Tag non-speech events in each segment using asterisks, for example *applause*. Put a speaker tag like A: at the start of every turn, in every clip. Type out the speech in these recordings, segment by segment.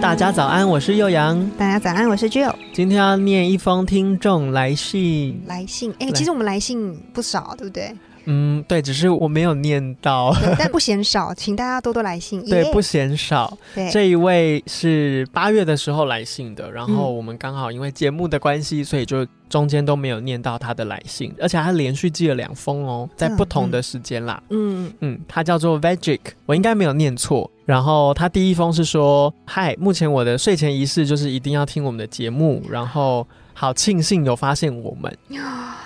A: 大家早安，我是幼阳，
B: 大家早安，我是具有
A: 今天要念一封听众来信。
B: 来信，哎、
A: 来
B: 其实我们来信不少，对不 *laughs* 对？
A: 嗯，对，只是我没有念到，
B: 对但不嫌少，请大家多多来信。
A: 对，
B: 耶
A: 不嫌少。
B: 对
A: 这一位是八月的时候来信的，然后
B: 嗯
A: 我们刚好因为节目的关系，所以就中间都没有念到他的来信，而且他连续寄了两封哦，在
B: 嗯
A: 不同
B: 嗯
A: 的时间啦。
B: 嗯
A: 嗯，他叫做 Vegic，我应该没有念错。然后他第一封是说：“嗨，目前我的睡前仪式就是一定要听我们的节目，然后好庆幸有发现我们。”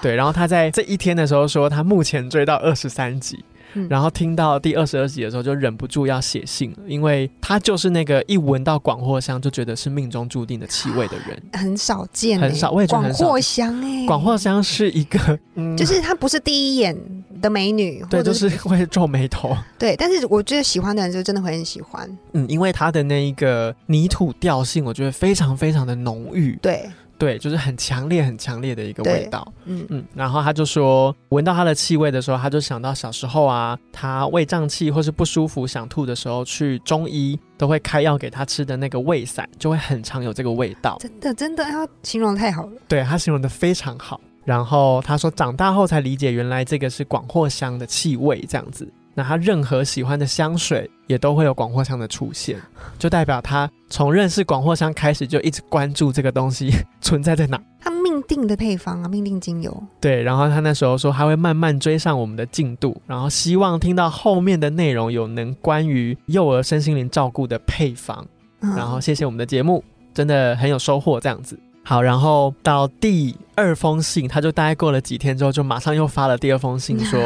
A: 对，然后他在这一天的时候说，他目前追到二十三集。
B: 嗯
A: 然后听到第二十二集的时候，就忍不住要写信了，因为他就是那个一闻到广藿香就觉得是命中注定的气味的人。
B: *sighs* 很少见、哎
A: 很少我也觉
B: 广
A: 得很少
B: 藿香哎、
A: 广藿香是一个，嗯，
B: 就是她不是第一眼的美女，
A: 对，
B: 或者
A: 就是会皱眉头。
B: 对，但是我觉得喜欢的人就真的会很喜欢，
A: 嗯，因为它的那一个泥土调性，我觉得非常非常的浓郁，
B: 对，
A: 对，就是很强烈、很强烈的一个
B: 对
A: 味道。
B: 嗯
A: 嗯，然后他就说，闻到它的气味的时候，他就想到小时候啊，他胃胀气或是不舒服、想吐的时候，去中医都会开药给他吃的那个胃散，就会很常有这个味道。
B: 真的真的，哎呀，形容得太好了。
A: 对他形容的非常好。然后他说，长大后才理解，原来这个是广藿香的气味，这样子。那他任何喜欢的香水也都会有广藿香的出现，就代表他从认识广藿香开始就一直关注这个东西存在在哪。
B: 他命定的配方啊，命定精油，
A: 对，然后他那时候说他会慢慢追上我们的进度，然后希望听到后面的内容有能关于幼儿身心灵照顾的配方。
B: 嗯、
A: 然后谢谢我们的节目，真的很有收获，这样子。好，然后到第二封信，他就大概过了几天之后，就马上又发了第二封
B: *laughs*
A: 信说，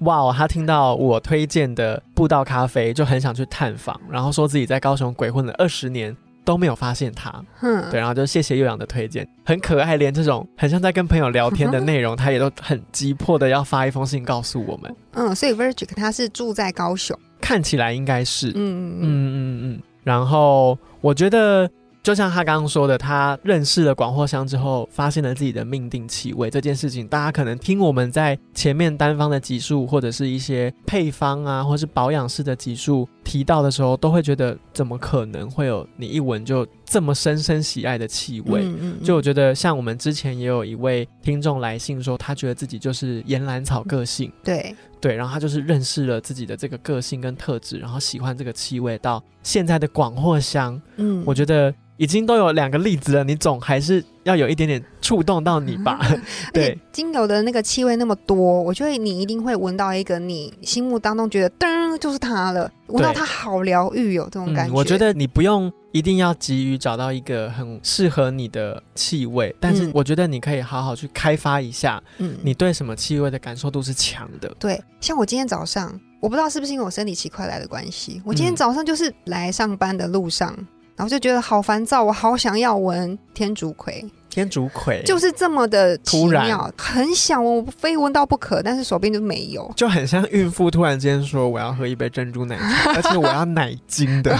A: 哇，他听到我推荐的步道咖啡，就很想去探访，然后说自己在高雄鬼混了二十年都没有发现他，
B: 哼，
A: 对，然后就谢谢岳阳的推荐，很可爱，连这种很像在跟朋友聊天的内容，他也都很急迫的要发一封信告诉我们，
B: 嗯，所以 Virgic 他是住在高雄，
A: 看起来应该是，
B: 嗯嗯
A: 嗯嗯嗯。然后我觉得，就像他刚刚说的，他认识了广藿香之后，发现了自己的命定气味这件事情，大家可能听我们在前面单方的集数，或者是一些配方啊，或是保养式的集数提到的时候，都会觉得怎么可能会有你一闻就这么深深喜爱的气
B: 嗯，
A: 味？
B: 嗯
A: 就我觉得，像我们之前也有一位听众来信说，他觉得自己就是岩兰草个性，
B: 对，
A: 对，然后他就是认识了自己的这个个性跟特质，然后喜欢这个气味，到现在的广藿香，
B: 嗯，
A: 我觉得已经都有两个例子了，你总还是要有一点点触动到你
B: *laughs*
A: 吧？
B: 而且
A: 对，
B: 精油的那个气味那么多，我觉得你一定会闻到一个你心目当中觉得噔就是它了，闻到它好疗愈哦，这种感
A: 嗯，
B: 觉。
A: 我觉得你不用一定要急于找到一个很适合你的气味，但是
B: 嗯
A: 我觉得你可以好好去开发一下，
B: 嗯，
A: 你对什么气味的感受度是强的。
B: 对，像我今天早上，我不知道是不是因为我生理期快来的关系，我今天
A: 嗯
B: 早上就是来上班的路上，然后就觉得好烦躁，我好想要闻天竺葵，
A: 天竺葵
B: 就是这么的奇
A: 突然
B: 妙，很想闻，我非闻到不可，但是手边就没有。
A: 就很像孕妇突然间说我要喝一杯珍珠奶茶，而且我要奶
B: *laughs*
A: 精的，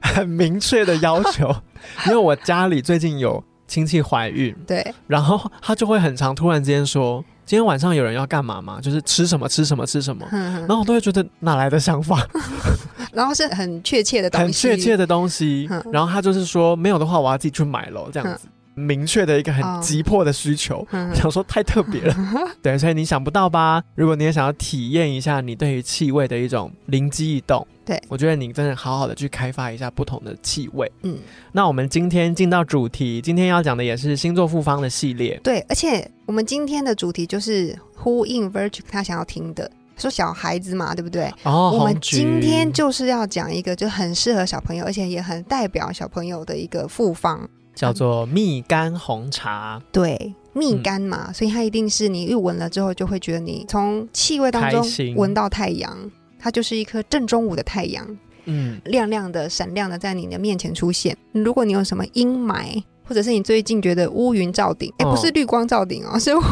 A: 很明确的要求。因为我家里最近有亲戚怀孕，
B: 对，
A: 然后她就会很常突然间说，今天晚上有人要干嘛吗？就是吃什么吃什么吃什么。
B: 哼
A: 然后我都会觉得哪来的想法，
B: 然后是很确切的东西，
A: 很确切的东西
B: 嗯。
A: 然后她就是说没有的话，我要自己去买咯，这样子明确的一个
B: 哦
A: 很急迫的需求。
B: 嗯。
A: 想说太特别了， *laughs* 对，所以你想不到吧？如果你也想要体验一下你对于气味的一种灵机一动，
B: 对
A: 我觉得你真的好好的去开发一下不同的气味。
B: 嗯
A: 那我们今天进到主题，今天要讲的也是星座复方的系列，
B: 对，而且我们今天的主题就是呼应 Virgil 他想要听的，说小孩子嘛，对不对？
A: 哦，
B: 我们
A: 红橘
B: 今天就是要讲一个就很适合小朋友，而且也很代表小朋友的一个复方，
A: 叫做蜜柑红茶，
B: 对，蜜柑嘛，
A: 嗯
B: 所以它一定是你一闻了之后就会觉得你从气味当中
A: 开心
B: 闻到太阳，它就是一颗正中午的太阳，
A: 嗯，
B: 亮亮的、闪亮的在你的面前出现。如果你有什么阴霾，或者是你最近觉得乌云罩顶，哎、
A: 哦
B: 不是绿光罩顶哦， *laughs* 是乌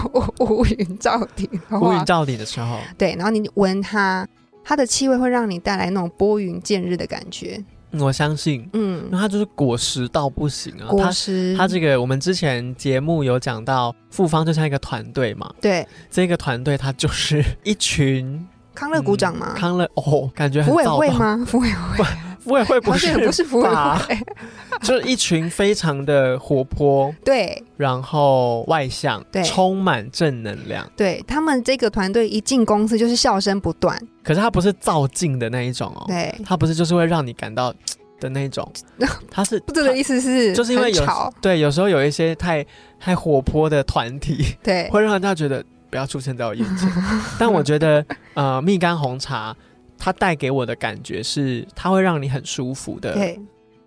B: 乌云罩顶的
A: 乌云
B: 话，
A: 罩顶的时候，
B: 对，然后你闻它，它的气味会让你带来那种拨云见日的感觉，
A: 嗯我相信，因为
B: 嗯，
A: 它就是果实到不行啊，
B: 果
A: 它
B: 实，
A: 它这个我们之前节目有讲到，复方就像一个团队嘛，
B: 对
A: 这个团队它就是 *laughs* 一群
B: 康乐鼓掌
A: 嗯
B: 嘛，
A: 康乐哦，感觉很
B: 服委
A: 躁
B: 啊会
A: 动？ *laughs*
B: 吗？服委会
A: 服委会
B: 好
A: 不
B: 像
A: 是
B: 也不是服委
A: 吧
B: 会，
A: *laughs* 就是一群非常的活泼，
B: *laughs* 对
A: 然后外向，
B: 对
A: 充满正能量。
B: 对，他们这个团队一进公司就是笑声不断，
A: 可是它不是造劲的那一种哦，
B: 对，
A: 它不是就是会让你感到的那
B: *laughs*
A: 一种，它是
B: 不，这个意思是
A: 就是因为
B: 很
A: 有
B: 吵，
A: 对，有时候有一些太太活泼的团体，
B: 对，
A: 会让人家觉得不要出现在我眼
B: *laughs*
A: 前。但我觉得，呃，蜜柑红茶它带给我的感觉是，它会让你很舒服的
B: 对，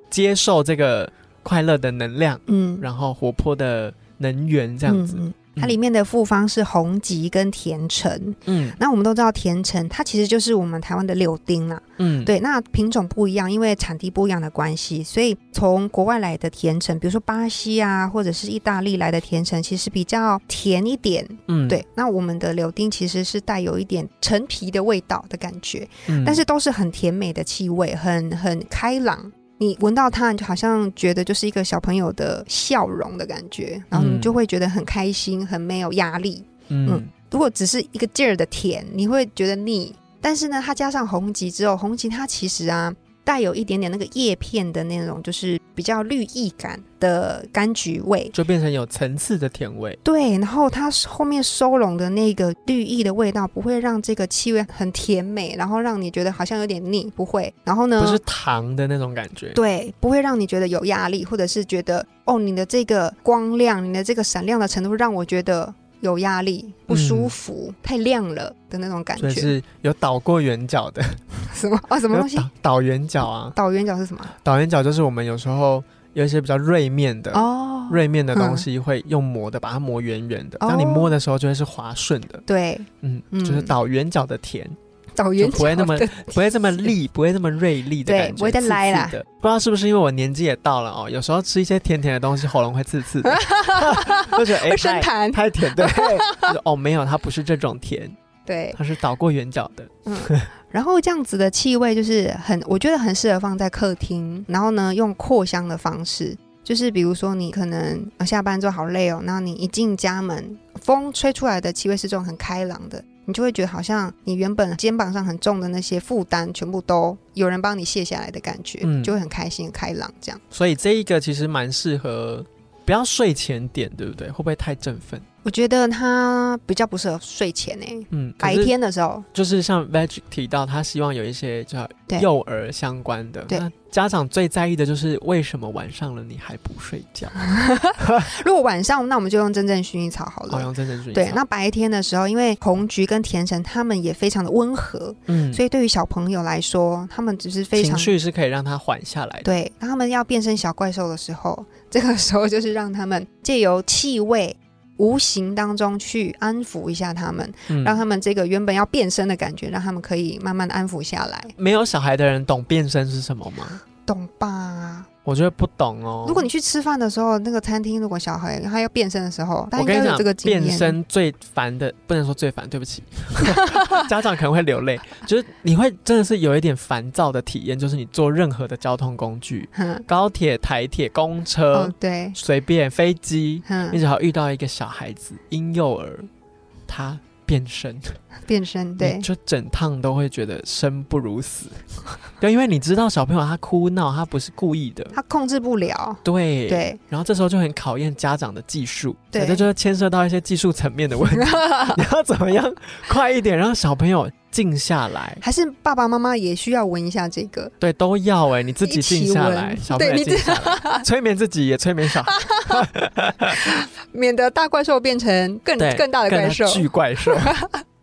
A: 接受这个快乐的能量，
B: 嗯，
A: 然后活泼的能源这样子。
B: 嗯嗯它里面的复方是红桔跟甜橙，
A: 嗯
B: 那我们都知道甜橙它其实就是我们台湾的柳丁啦。
A: 嗯，
B: 对，那品种不一样，因为产地不一样的关系，所以从国外来的甜橙，比如说巴西啊，或者是意大利来的甜橙，其实比较甜一点。
A: 嗯，
B: 对，那我们的柳丁其实是带有一点陈皮的味道的感觉，
A: 嗯
B: 但是都是很甜美的气味，很很开朗。你闻到它，你就好像觉得就是一个小朋友的笑容的感觉，然后你
A: 嗯
B: 就会觉得很开心，很没有压力。
A: 嗯
B: 嗯如果只是一个劲儿的甜，你会觉得腻。但是呢，它加上红棘之后，红棘它其实啊带有一点点那个叶片的那种，就是比较绿意感的柑橘味。
A: 就变成有层次的甜味。
B: 对，然后它后面收拢的那个绿意的味道，不会让这个气味很甜美，然后让你觉得好像有点腻，不会。然后呢，
A: 不是糖的那种感觉，
B: 嗯对，不会让你觉得有压力，或者是觉得哦，你的这个光亮，你的这个闪亮的程度让我觉得有压力、不舒
A: 嗯
B: 服、太亮了的那种感
A: 所以
B: 觉。
A: 是有倒过圆角的，
B: *laughs* 什么？哦，什么
A: 有
B: 东西？
A: 倒倒圆角啊？
B: 倒圆角是什么？
A: 倒圆角就是我们有时候有一些比较锐面的
B: 哦，
A: 锐面的东西会用磨的，把它磨圆圆的，
B: 哦
A: 当你摸的时候就会是滑顺的，
B: 对，
A: 嗯，
B: 嗯
A: 就是倒圆角的甜，
B: 倒
A: 就
B: 圆角
A: 不会那么
B: 的
A: 不会这么利，不会这么锐利的
B: 对
A: 感觉，
B: 不会再来啦
A: 刺刺的。不知道是不是因为我年纪也到了哦，有时候吃一些甜甜的东西，喉咙会刺刺
B: *laughs*
A: 的，就觉得哎、
B: 会
A: 太
B: 生痰。
A: 太甜，对，就是哦没有，它不是这种甜，
B: 对，
A: 它是倒过圆角的，
B: 然后这样子的气味就是很，我觉得很适合放在客厅，然后呢，用扩香的方式。就是比如说，你可能啊下班之后好累哦，那你一进家门，风吹出来的气味是这种很开朗的，你就会觉得好像你原本肩膀上很重的那些负担，全部都有人帮你卸下来的感觉，
A: 嗯
B: 就会很开心、很开朗这样。
A: 所以这一个其实蛮适合，不要睡前点，对不对？会不会太振奋？
B: 我觉得它比较不适合睡前诶、
A: 嗯，可
B: 白
A: 是
B: 天的时候，
A: 就是像 Veg 提到，他希望有一些叫
B: 对
A: 幼儿相关的。
B: 对
A: 那家长最在意的就是为什么晚上了你还不睡
B: *laughs*
A: 觉？
B: 如果晚上，那我们就用真正薰衣草好
A: 好
B: 了。
A: 像真正是
B: 对，那白天的时候，因为红橘跟甜橙它们也非常的温和，
A: 嗯，
B: 所以对于小朋友来说，他们只是非
A: 情
B: 常
A: 绪是可以让他缓下来的。
B: 对。当他们要变身小怪兽的时候，这个时候就是让他们借由气味无形当中去安抚一下他们，
A: 嗯
B: 让他们这个原本要变身的感觉，让他们可以慢慢的安抚下来，
A: 没有小孩的人懂变身是什么吗？
B: 懂吧？
A: 我觉得不懂哦。
B: 如果你去吃饭的时候，那个餐厅如果小孩他要变身的时候，他
A: 我
B: 应
A: 跟
B: 该
A: 你
B: 有
A: 讲
B: 这个，经验。
A: 变身最烦的，不能说最烦，对
B: *laughs*
A: 不起，家长可能会流泪。就是你会真的是有一点烦躁的体验，就是你坐任何的交通工具，
B: 哼，
A: 高铁、台铁、公车
B: 哦，，对，
A: 随、便飞机，呃你
B: 哼，
A: 只要遇到一个小孩子、婴幼儿，他变身，
B: 变身，
A: 你
B: 对，
A: 就整趟都会觉得生不如死。 *laughs* 对，因为你知道小朋友他哭闹，他不是故意的，
B: 他控制不了，
A: 对。
B: 对，
A: 然后这时候就很考验家长的技术，
B: 对
A: 这就会牵涉到一些技术层面的问题。你要怎么样快一点让小朋友静下来？
B: *laughs* 还是爸爸妈妈也需要闻一下这个，
A: 对，都要哎、你自己
B: 一起
A: 静下
B: 闻
A: 来，小朋
B: 对
A: 友也
B: 你
A: 静下
B: *laughs*
A: 来，催眠自己也催眠小孩。
B: 免得大怪兽变成更
A: 对
B: 更大的怪兽
A: 更。巨怪
B: *laughs*
A: 兽。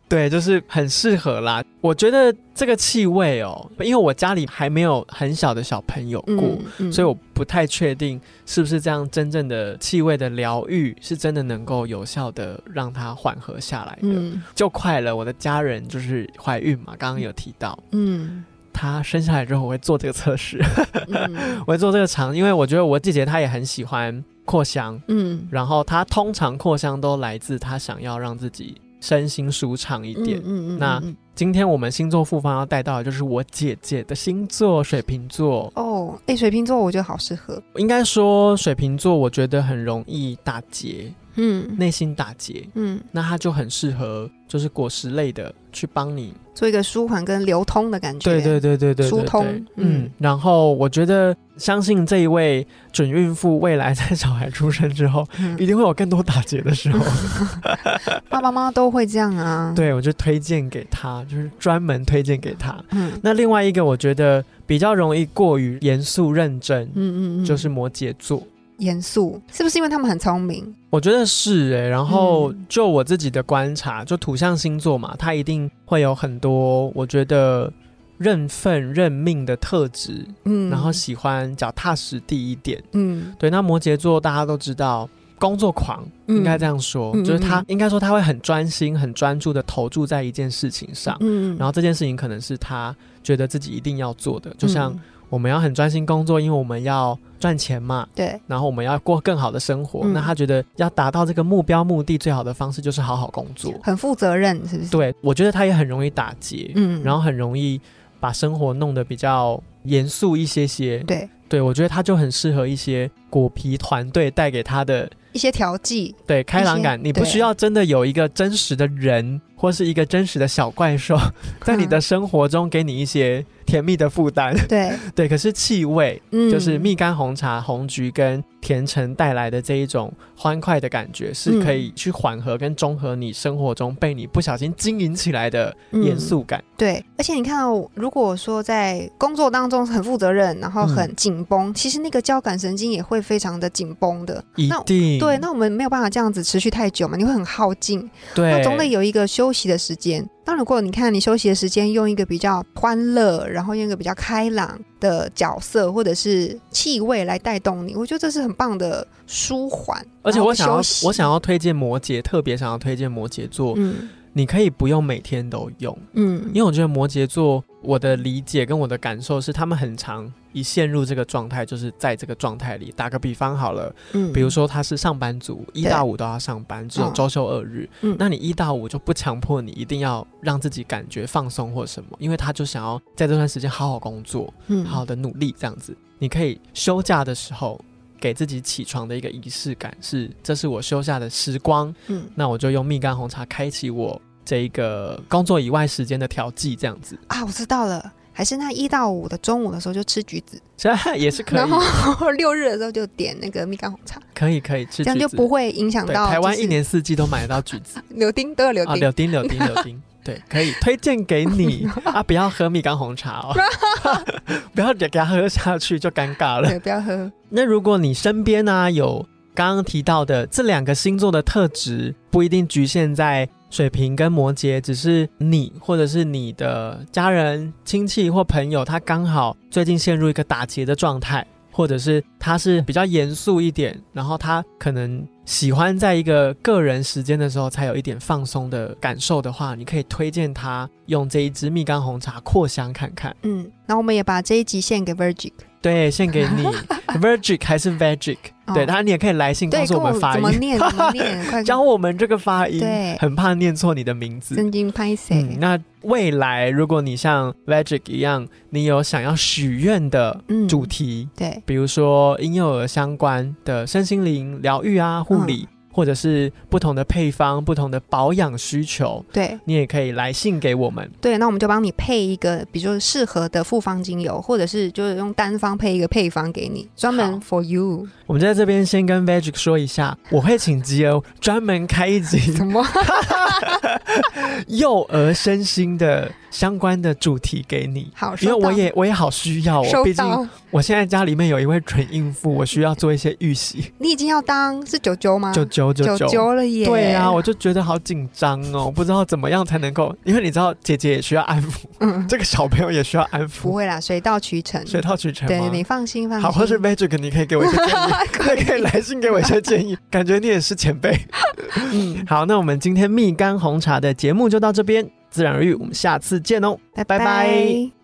A: 对，就是很适合啦。我觉得这个气味哦，因为我家里还没有很小的小朋友过，
B: 嗯嗯
A: 所以我不太确定是不是这样真正的气味的疗愈是真的能够有效的让它缓和下来的。
B: 嗯
A: 就快了，我的家人就是怀孕嘛，刚刚有提到，
B: 嗯
A: 她
B: *laughs*
A: 生下来之后我会做这个测试，
B: 嗯，
A: 我会做这个尝，因为我觉得我姐姐她也很喜欢扩香，
B: 嗯，
A: 然后它通常扩香都来自他想要让自己身心舒畅一点。
B: 嗯
A: 那
B: 嗯
A: 今天我们星座复方要带到的就是我姐姐的星座水瓶座，
B: 哦，哎、水瓶座我觉得好适合，
A: 应该说水瓶座我觉得很容易打结，
B: 嗯，
A: 内心打结，
B: 嗯，
A: 那它就很适合就是果实类的去帮你
B: 做一个舒缓跟流通的感觉，
A: 对对对对对，
B: 疏
A: 对
B: 通
A: 对
B: 嗯
A: 嗯，然后我觉得，相信这一位准孕妇未来在小孩出生之后，一
B: 嗯，
A: 定会有更多打结的 *laughs* 时候。
B: 爸爸妈妈都会这样啊，，
A: 对，我就推荐给她，就是专门推荐给她。
B: 嗯
A: 那另外一个，我觉得比较容易过于严肃认真，
B: 嗯嗯嗯，
A: 就是摩羯座。
B: 严肃，是不是因为他们很聪明？
A: 我觉得是诶、然后
B: 嗯
A: 就我自己的观察，就土象星座嘛，它一定会有很多我觉得认份认命的特质，
B: 嗯，
A: 然后喜欢脚踏实地一点。
B: 嗯，
A: 对，那摩羯座大家都知道，工作狂
B: 嗯
A: 应该这样说，
B: 嗯
A: 就是
B: 嗯
A: 他
B: 嗯
A: 应该说他会很专心、很专注的投注在一件事情上，
B: 嗯，
A: 然
B: 后
A: 后这件事情可能是他觉得自己一定要做的，就
B: 嗯
A: 像我们要很专心工作，因为我们要赚钱嘛。
B: 对，
A: 然后我们要过更好的生活，
B: 嗯
A: 那他觉得要达到这个目标目的，最好的方式就是好好工作。
B: 很负责任，是不是？，
A: 对我觉得他也很容易打结，
B: 嗯，
A: 然后很容易把生活弄得比较严肃一些些。
B: 对
A: 对，我觉得他就很适合一些果皮团队带给他的
B: 一些调剂，
A: 对开朗感。你不需要真的有一个真实的人或是一个真实的小怪兽
B: 嗯
A: 在你的生活中给你一些甜蜜的
B: *laughs*
A: 负担。
B: 嗯对，
A: 对，可是气味
B: 嗯，
A: 就是蜜柑红茶、红橘跟甜橙带来的这一种欢快的感觉，是可以去缓和跟中和你生活中被你不小心经营起来的
B: 嗯
A: 严肃感。
B: 对，而且你看哦，如果说在工作当中很负责任，然后
A: 嗯
B: 很紧绷，其实那个交感神经也会非常的紧绷的。
A: 一
B: 那
A: 定
B: 对，那我们没有办法这样子持续太久嘛，你会很耗尽，
A: 对
B: 那总得有一个休息的时间。那如果你看你休息的时间用一个比较欢乐，然后用一个比较开朗的角色或者是气味来带动你，我觉得这是很棒的舒缓。
A: 而且我想要
B: 然后休息，
A: 我想要推荐摩羯，特别想要推荐摩羯座，
B: 嗯
A: 你可以不用每天都用，
B: 嗯，
A: 因为我觉得摩羯座，我的理解跟我的感受是，他们很常一陷入这个状态，就是在这个状态里。打个比方好了，
B: 嗯
A: 比如说他是上班族，一
B: 对
A: 到五都要上班，只有
B: 嗯
A: 周休二日，
B: 嗯
A: 那你一到五就不强迫你一定要让自己感觉放松或什么，因为他就想要在这段时间好好工作，
B: 嗯
A: 好好的努力这样子。你可以休假的时候给自己起床的一个仪式感，是这是我休假的时光，
B: 嗯
A: 那我就用蜜柑红茶开启我这一个工作以外时间的调剂，这样子， *laughs*
B: 啊，我知道了，还是那一到五的中午的时候就吃橘子。
A: 这也是可
B: 然
A: 以，
B: 后 *laughs* 六日的时候就点那个蜜柑红茶，
A: 可以可以吃
B: 这样
A: 橘
B: 就
A: 子
B: 不会影响
A: 对，
B: 到、
A: 台湾一年四季都买得到橘子。
B: 柳丁都有柳
A: 啊，
B: 丁，
A: 柳丁，柳丁，柳丁，对，可以推荐给你啊！不要喝蜜柑红茶哦，不要给它喝下去就尴尬了。
B: 对，不要喝。
A: 那如果你身边呢、有刚刚提到的这两个星座的特质，不一定局限在水瓶跟摩羯，只是你或者是你的家人、亲戚或朋友，他刚好最近陷入一个打结的状态。或者是他是比较严肃一点，然后他可能喜欢在一个个人时间的时候才有一点放松的感受的话，你可以推荐他用这一支蜜柑红茶扩香看看。
B: 嗯，然后我们也把这一集献给 Virgil，
A: 对，献给你 *laughs* ，Virgic 还是 Vagic？、
B: 哦
A: 对，当然你也可以来信告
B: 对，
A: 诉
B: 跟
A: 我
B: 我
A: 们发
B: 怎么
A: 音，
B: 念，怎么
A: *laughs*
B: 念，快
A: 教我们这个发音，
B: 对
A: 很怕念错你的名字。
B: 真经拍谁？
A: 嗯，那未来如果你像 Vagic 一样，你有想要许愿的
B: 嗯
A: 主题，
B: 对，
A: 比如说婴幼儿相关的身心灵疗愈啊、护理，
B: 嗯
A: 或者是不同的配方、不同的保养需求，
B: 对
A: 你也可以来信给我们。
B: 对，那我们就帮你配一个，比如说适合的复方精油，或者是就是用单方配一个配方给你，专门 for you。
A: 我们在这边先跟 Vagic 说一下，我会请吉儿专门开一集
B: *laughs* 怎么？
A: 幼儿身心的相关的主题给你，
B: 好，
A: 因为
B: 收到
A: 我也我也好需要哦，
B: 收
A: 毕竟
B: 到，
A: 我现在家里面有一位准孕妇，我需要做一些预习。
B: 你已经要当是九九吗？
A: 九九九
B: 九九了耶！
A: 对啊，我就觉得好紧张哦，不知道怎么样才能够，因为你知道姐姐也需要安抚，
B: 嗯，
A: 这个小朋友也需要安
B: 不
A: 抚，
B: 会啦，水到渠成。
A: 水到渠成
B: 对，
A: 吗
B: 你？放心放心。
A: 好，或是 Magic，你可以给我一些
B: *laughs*
A: 建 *laughs* 议，
B: 可
A: 你可以来信给我一些
B: *laughs*
A: 建议，感觉你也是前辈。
B: 嗯，
A: 好，那我们今天蜜柑红茶的节目就到这边，自然而愈，我们下次见哦。拜拜